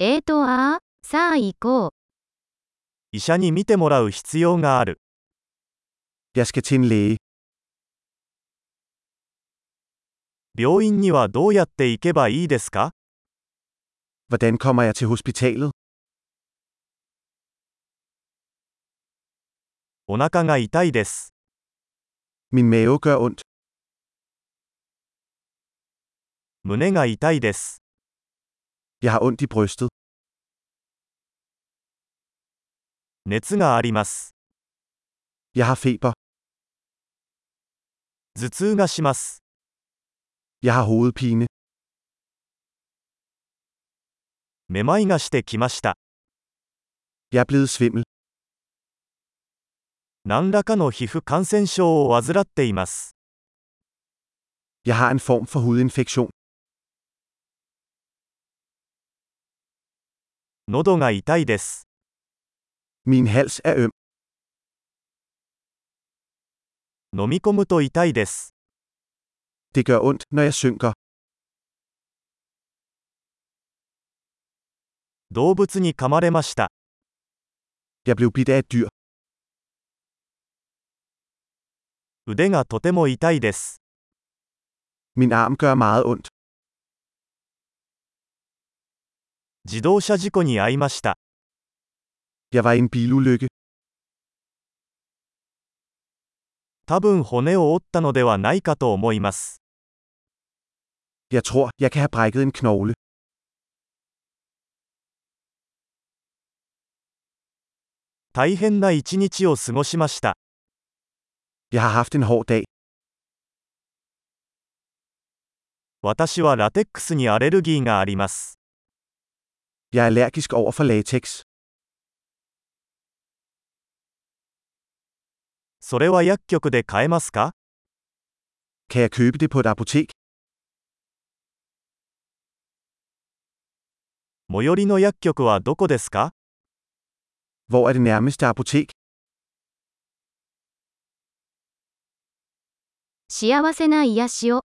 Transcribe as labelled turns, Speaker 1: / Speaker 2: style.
Speaker 1: えーとあー、さあ行こう。
Speaker 2: 医者に診てもらう必要がある
Speaker 3: Jeg skal til en læge.
Speaker 2: 病院にはどうやって行けばいいですか
Speaker 3: Hvordan kommer jeg til hospitalet?
Speaker 2: お腹が痛いです
Speaker 3: Min mave gør ondt.
Speaker 2: 胸が痛いです
Speaker 3: Jeg har ondt i brystet.
Speaker 2: 熱があります
Speaker 3: Jeg har feber.
Speaker 2: 頭痛がします
Speaker 3: Jeg har hovedpine.
Speaker 2: めまいがしてきました
Speaker 3: Jeg er blevet svimmel.
Speaker 2: 何らかの皮膚感染症を患っています
Speaker 3: Jeg har en form for hudinfektion.
Speaker 2: 喉が痛いです
Speaker 3: Min hals er øm.
Speaker 2: 飲み込むと痛いです
Speaker 3: Det gør ondt, når jeg synker.
Speaker 2: 動物に噛まれました
Speaker 3: Jeg blev bidt af et dyr.
Speaker 2: 腕がとても痛いです
Speaker 3: Min arm gør meget ondt.
Speaker 2: 自動車事故に遭いました
Speaker 3: Jeg var i en bilulykke.
Speaker 2: 多分骨を折ったのではないかと思います
Speaker 3: Jeg tror, jeg kan have brækket en knogle.
Speaker 2: 大変な一日を過ごしました
Speaker 3: Jeg har haft en hård dag.
Speaker 2: 私はラテックスにアレルギーがあります
Speaker 3: Jeg er allergisk over for latex.
Speaker 2: それは薬局で買えますか
Speaker 3: Kan jeg købe det på et apotek?
Speaker 2: 最寄りの薬局はどこですか
Speaker 3: Hvor er det nærmeste apotek?
Speaker 1: 幸せな癒しを。